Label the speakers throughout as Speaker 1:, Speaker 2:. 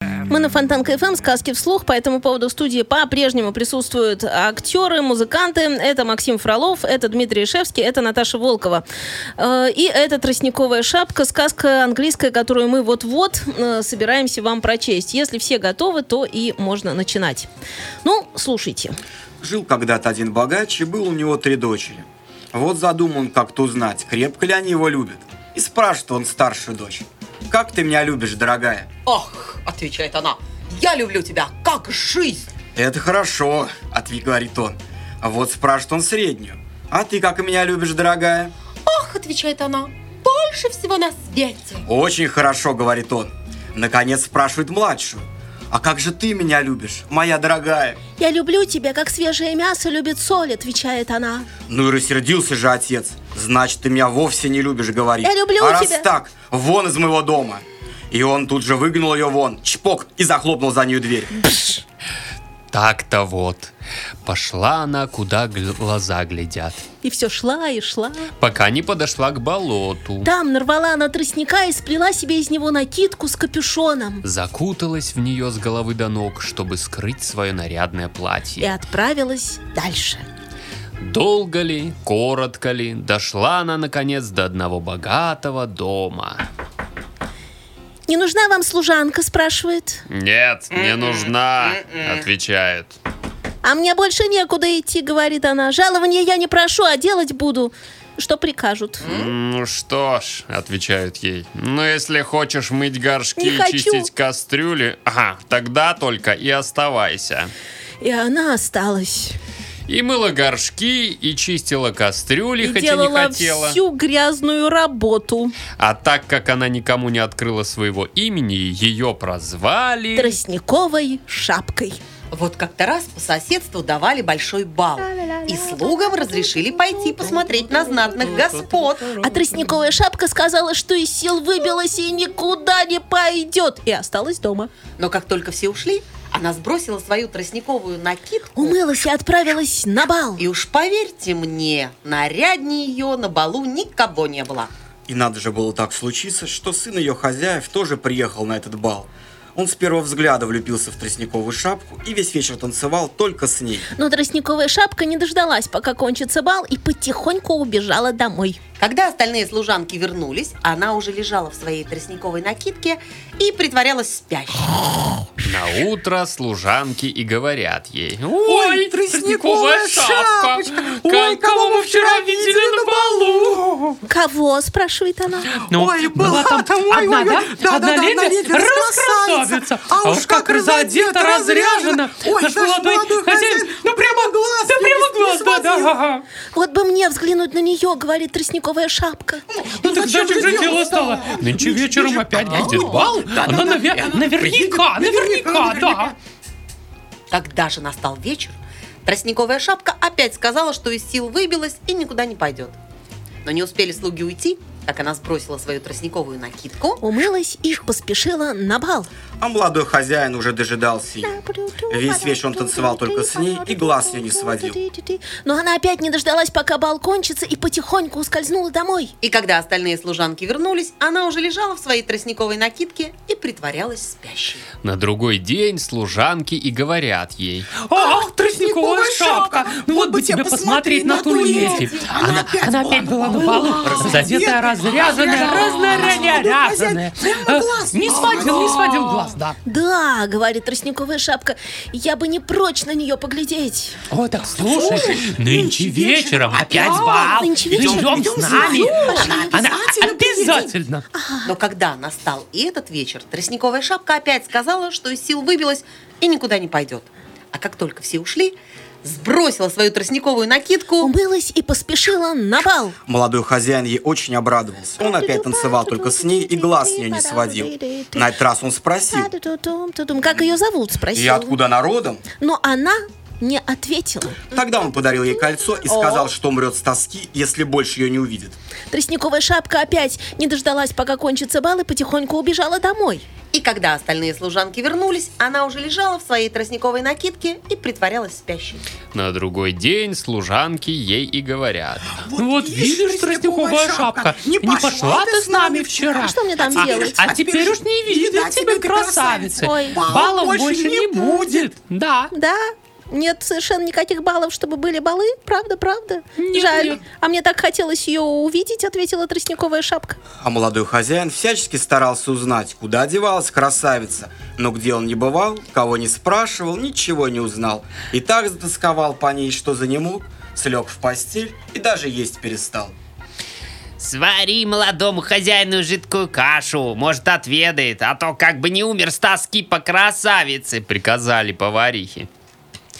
Speaker 1: Мы на Фонтан КФМ, сказки вслух, по этому поводу в студии по-прежнему присутствуют актеры, музыканты. Это Максим Фролов, это Дмитрий Шевский, это Наташа Волкова. Э, И это «Тростниковая шапка», сказка английская, которую мы вот-вот э, собираемся вам прочесть. Если все готовы, то и можно начинать. Ну, слушайте.
Speaker 2: Жил когда-то один богач, и был у него три дочери. Вот задумал он как-то узнать, крепко ли они его любят. И спрашивает он старшую дочь. «Как ты меня любишь, дорогая?»
Speaker 3: Ах, отвечает она, я люблю тебя, как жизнь.
Speaker 2: «Это хорошо», — ответ говорит он. А вот спрашивает он среднюю. «А ты как меня любишь, дорогая?»
Speaker 3: Ах, отвечает она, больше всего на свете.
Speaker 2: «Очень хорошо», — говорит он. Наконец спрашивает младшую. «А как же ты меня любишь, моя дорогая?»
Speaker 1: «Я люблю тебя, как свежее мясо любит соль», — отвечает она.
Speaker 2: Ну и рассердился же отец. Значит, ты меня вовсе не любишь, говорит.
Speaker 1: Я люблю
Speaker 2: а
Speaker 1: тебя.
Speaker 2: раз так, вон из моего дома. И он тут же выгнал ее вон, чпок, и захлопнул за нею дверь.
Speaker 4: Так-то вот. Пошла она, куда гл- глаза глядят.
Speaker 1: И все шла и шла.
Speaker 4: Пока не подошла к болоту.
Speaker 1: Там нарвала она тростника и сплела себе из него накидку с капюшоном.
Speaker 4: Закуталась в нее с головы до ног, чтобы скрыть свое нарядное
Speaker 1: И
Speaker 4: платье.
Speaker 1: отправилась дальше.
Speaker 4: Долго ли, коротко ли, дошла она, наконец, до одного богатого дома.
Speaker 1: «Не нужна вам служанка?» – спрашивает.
Speaker 4: «Нет, не нужна», отвечает.
Speaker 1: «А мне больше некуда идти», — говорит она. «Жалования я не прошу, а делать буду, что прикажут».
Speaker 4: «Ну что ж», отвечают ей, «ну если хочешь мыть горшки
Speaker 1: Не
Speaker 4: и
Speaker 1: хочу.
Speaker 4: чистить кастрюли, ага, тогда только и оставайся».
Speaker 1: И она осталась.
Speaker 4: И мыла горшки, и чистила кастрюли,
Speaker 1: и
Speaker 4: хотя не
Speaker 1: делала
Speaker 4: хотела.
Speaker 1: всю грязную работу.
Speaker 4: А так как она никому не открыла своего имени, ее прозвали...
Speaker 1: Тростниковой шапкой.
Speaker 3: Вот как-то раз по соседству давали большой бал. И слугам разрешили пойти посмотреть на знатных господ.
Speaker 1: А тростниковая шапка сказала, что из сил выбилась и никуда не пойдет. И осталась дома.
Speaker 3: Но как только все ушли, она сбросила свою тростниковую накидку.
Speaker 1: Умылась и отправилась на бал.
Speaker 3: И уж поверьте мне, наряднее ее на балу никого не было.
Speaker 2: И надо же было так случиться, что сын ее хозяев тоже приехал на этот бал. Он с первого взгляда влюбился в тростниковую шапку и весь вечер танцевал только с ней.
Speaker 1: Но тростниковая шапка не дождалась, пока кончится бал, и потихоньку убежала домой.
Speaker 3: Когда остальные служанки вернулись, она уже лежала в своей тростниковой накидке и притворялась спящей.
Speaker 4: На утро служанки и говорят ей...
Speaker 2: Ой, тростниковая шапочка! Ой, кого мы вчера видели на балу!
Speaker 1: «Кого?» – спрашивает она.
Speaker 2: Ой, была там Ну, одна, да? Одна леди раскрасавица. А уж как разодета, разряжена. Ой, наш молодой хозяин, ну прямо глаз, да прямо глаз, да, да.
Speaker 1: «Вот бы мне взглянуть на нее», – говорит тростниковая шапка.
Speaker 5: Ну так значит же дело стало. Нынче вечером опять будет бал. Она наве- наверняка, наверняка, да.
Speaker 3: Когда же настал вечер, тростниковая шапка опять сказала, что из сил выбилась и никуда не пойдет. Но не успели слуги уйти, как она сбросила свою тростниковую накидку.
Speaker 1: Умылась и поспешила на бал.
Speaker 2: А молодой хозяин уже дожидался ее. Весь вечер он танцевал только с ней и глаз ее не сводил.
Speaker 1: Но она опять не дождалась, пока бал кончится, и потихоньку ускользнула домой.
Speaker 3: И когда остальные служанки вернулись, она уже лежала в своей тростниковой накидке и притворялась спящей.
Speaker 4: На другой день служанки и говорят ей...
Speaker 5: Ах, тростниковая шапка! Ну вот бы тебе посмотреть на ту леди. Она, она опять была на балу, задетая, разряженная, разнаряженная. Э, Не сводил, не сводил глаз, да.
Speaker 1: Да, говорит тростниковая шапка, я бы не прочь на нее поглядеть.
Speaker 5: О, так слушай, нынче вечером опять бал.
Speaker 1: Нынче вечером.
Speaker 5: Идем
Speaker 1: Идем
Speaker 5: с нами. Она обязательно.
Speaker 3: Но когда настал и этот вечер, тростниковая шапка опять сказала, что из сил выбилась и никуда не пойдет. А как только все ушли, сбросила свою тростниковую накидку.
Speaker 1: Умылась и поспешила на бал.
Speaker 2: Молодой хозяин ей очень обрадовался. Он опять танцевал только с ней и глаз с нее не сводил. На этот раз он спросил,
Speaker 1: Ту-дум-ту-дум. Как ее зовут, спросил.
Speaker 2: и откуда народом?
Speaker 1: Но она не ответила.
Speaker 2: Тогда он подарил ей кольцо и сказал, что умрет с тоски, если больше ее не увидит.
Speaker 1: Тростниковая шапка опять не дождалась, пока кончится бал, и потихоньку убежала домой.
Speaker 3: И когда остальные служанки вернулись, она уже лежала в своей тростниковой накидке и притворялась спящей.
Speaker 4: На другой день служанки ей и говорят.
Speaker 5: Ну Вот, видишь, тростниковая шапка, не пошла ты с нами вчера.
Speaker 1: А что мне там делать?
Speaker 5: А теперь уж не видит тебя красавицы.
Speaker 1: Ой.
Speaker 5: Баллов больше не будет. Да.
Speaker 1: Да? Нет совершенно никаких баллов, чтобы были балы? Правда, правда?
Speaker 5: Нет,
Speaker 1: Жаль.
Speaker 5: нет.
Speaker 1: А мне так хотелось ее увидеть, ответила тростниковая шапка.
Speaker 2: А молодой хозяин всячески старался узнать, куда девалась красавица. Но где он не бывал, кого не спрашивал, ничего не узнал. И так затасковал по ней, что за ним мог, слег в постель и даже есть перестал.
Speaker 6: Свари молодому хозяину жидкую кашу, может, отведает, а то как бы не умер с тоски по красавице,
Speaker 4: Приказали поварихе.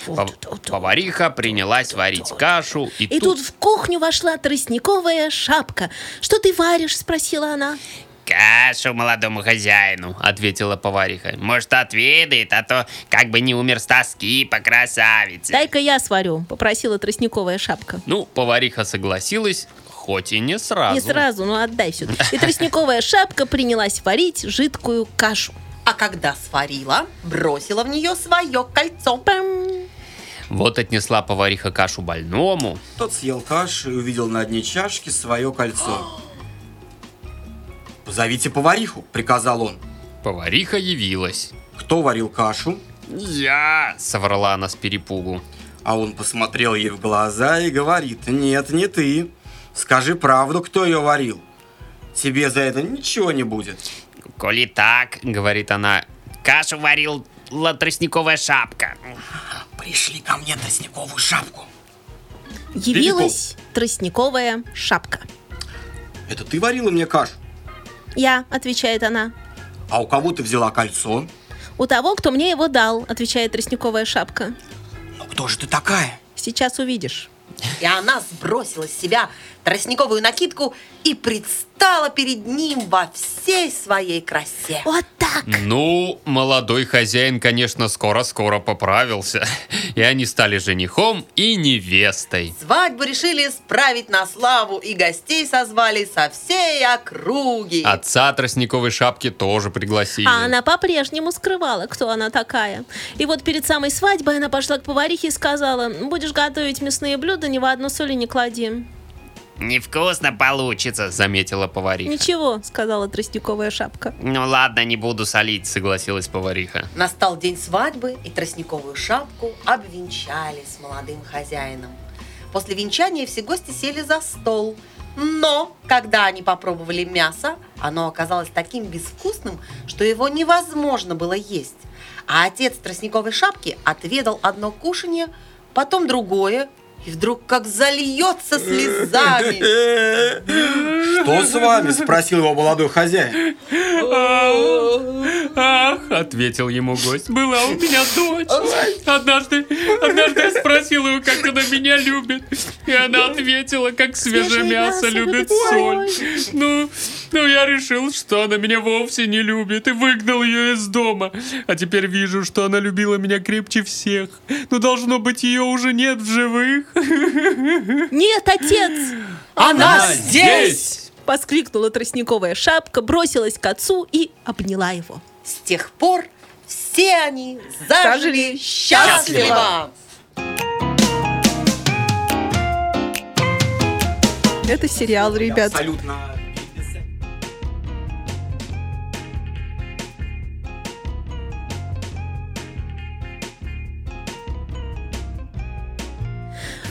Speaker 4: Пов- Повариха принялась варить кашу, и,
Speaker 1: И тут в кухню вошла тростниковая шапка. «Что ты варишь?» – спросила она.
Speaker 6: Кашу молодому хозяину,
Speaker 4: ответила повариха.
Speaker 6: может, отведает, а то как бы не умер с тоски по красавице.
Speaker 1: «Дай-ка я сварю», – попросила тростниковая шапка.
Speaker 4: Ну, повариха согласилась, хоть и не сразу.
Speaker 1: Не сразу, но отдай все. И тростниковая шапка принялась варить жидкую кашу.
Speaker 3: А когда сварила, бросила в нее свое кольцо.
Speaker 1: Пэм.
Speaker 4: Вот отнесла повариха кашу больному.
Speaker 2: Тот съел кашу и увидел на дне чашки свое кольцо. «Позовите повариху», — приказал он.
Speaker 4: Повариха явилась.
Speaker 2: Кто варил кашу?
Speaker 4: «Я!» — соврала она с перепугу.
Speaker 2: А он посмотрел ей в глаза и говорит, «Нет, не ты. Скажи правду, кто ее варил. Тебе за это ничего не будет».
Speaker 6: Коли так, говорит она, кашу варил тростниковая шапка.
Speaker 2: «Пришли ко мне тростниковую шапку».
Speaker 1: Явилась тростниковая шапка.
Speaker 2: «Это ты варила мне кашу?
Speaker 1: «Я», – отвечает она.
Speaker 2: А у кого ты взяла кольцо?»
Speaker 1: «У того, кто мне его дал», – отвечает тростниковая шапка.
Speaker 2: «Ну кто же ты такая?»
Speaker 1: «Сейчас увидишь».
Speaker 3: И она сбросила с себя тростниковую накидку и предстала перед ним во всей своей красе.
Speaker 1: Вот так!
Speaker 4: Ну, молодой хозяин, конечно, скоро-скоро поправился. И они стали женихом и невестой.
Speaker 3: Свадьбу решили справить на славу, и гостей созвали со всей округи.
Speaker 4: Отца тростниковой шапки тоже пригласили.
Speaker 1: А она по-прежнему скрывала, кто она такая. И вот перед самой свадьбой она пошла к поварихе и сказала, будешь готовить мясные блюда, ни в одну соли не клади.
Speaker 6: Невкусно получится,
Speaker 4: Заметила повариха.
Speaker 1: Ничего, сказала тростниковая шапка.
Speaker 6: Ну ладно, не буду солить.
Speaker 4: Согласилась повариха.
Speaker 3: Настал день свадьбы, и тростниковую шапку обвенчали с молодым хозяином. После венчания все гости сели за стол. Но, когда они попробовали мясо, оно оказалось таким безвкусным, что его невозможно было есть. А отец тростниковой шапки отведал одно кушанье, потом другое, и вдруг как зальется слезами.
Speaker 2: «Что с вами?» – спросил его молодой хозяин.
Speaker 4: Ах, ответил ему гость. Была у меня дочь. Однажды, однажды я спросил ее, как она меня любит. И она ответила, как свежее мясо любит соль. Ну, ну я решил, что она меня вовсе не любит и выгнал ее из дома. А теперь вижу, что она любила меня крепче всех. Но должно быть, ее уже нет в живых.
Speaker 1: Нет, отец!
Speaker 3: А
Speaker 5: Она
Speaker 1: Воскликнула тростниковая шапка, бросилась к отцу и обняла его.
Speaker 3: С тех пор все они зажили счастливо.
Speaker 1: Это сериал, ребят.
Speaker 2: Абсолютно.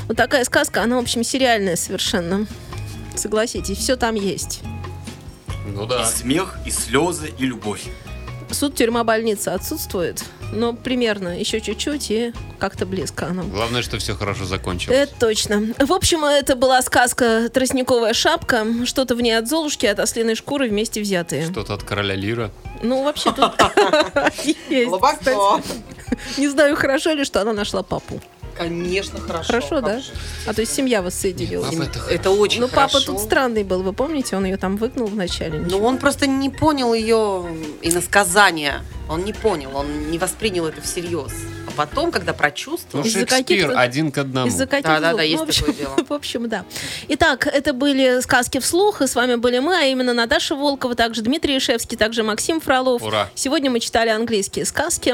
Speaker 1: Вот такая сказка, она, в общем, сериальная совершенно. Согласитесь, все там есть.
Speaker 4: Ну
Speaker 2: И
Speaker 4: да.
Speaker 2: смех, и слезы, и любовь.
Speaker 1: Суд, тюрьма, больница отсутствует, но примерно еще чуть-чуть и как-то близко оно.
Speaker 4: Главное, что все хорошо закончилось.
Speaker 1: Это точно. В общем, это была сказка «Тростниковая шапка». Что-то в ней от Золушки, от ослиной шкуры вместе взятые.
Speaker 4: Что-то от короля Лира.
Speaker 1: Ну, вообще тут есть.
Speaker 3: Глубоко.
Speaker 1: Не знаю, хорошо ли, что она нашла папу.
Speaker 3: Конечно, хорошо.
Speaker 1: Хорошо,
Speaker 3: Как
Speaker 1: да?
Speaker 3: же.
Speaker 1: А то есть семья воссоединилась.
Speaker 4: Папа это х-
Speaker 3: Это очень
Speaker 1: Ну, папа
Speaker 3: хорошо.
Speaker 1: тут странный был, вы помните? Он ее там выгнал вначале.
Speaker 3: Но Ну, он просто не понял ее иносказания. Он не понял, он не воспринял это всерьез. А потом, когда прочувствовал.
Speaker 4: Ну,
Speaker 1: Из-за
Speaker 4: Шекспир
Speaker 1: каких-то-
Speaker 4: один к одному.
Speaker 1: Из-за каких
Speaker 3: Да-да-да,
Speaker 1: звуков.
Speaker 3: есть
Speaker 1: в общем,
Speaker 3: такое дело.
Speaker 1: В общем, да. Итак, это были «Сказки вслух», и с вами были мы, а именно Наташа Волкова, также Дмитрий Ишевский, также Максим Фролов.
Speaker 4: Ура.
Speaker 1: Сегодня мы читали английские сказки.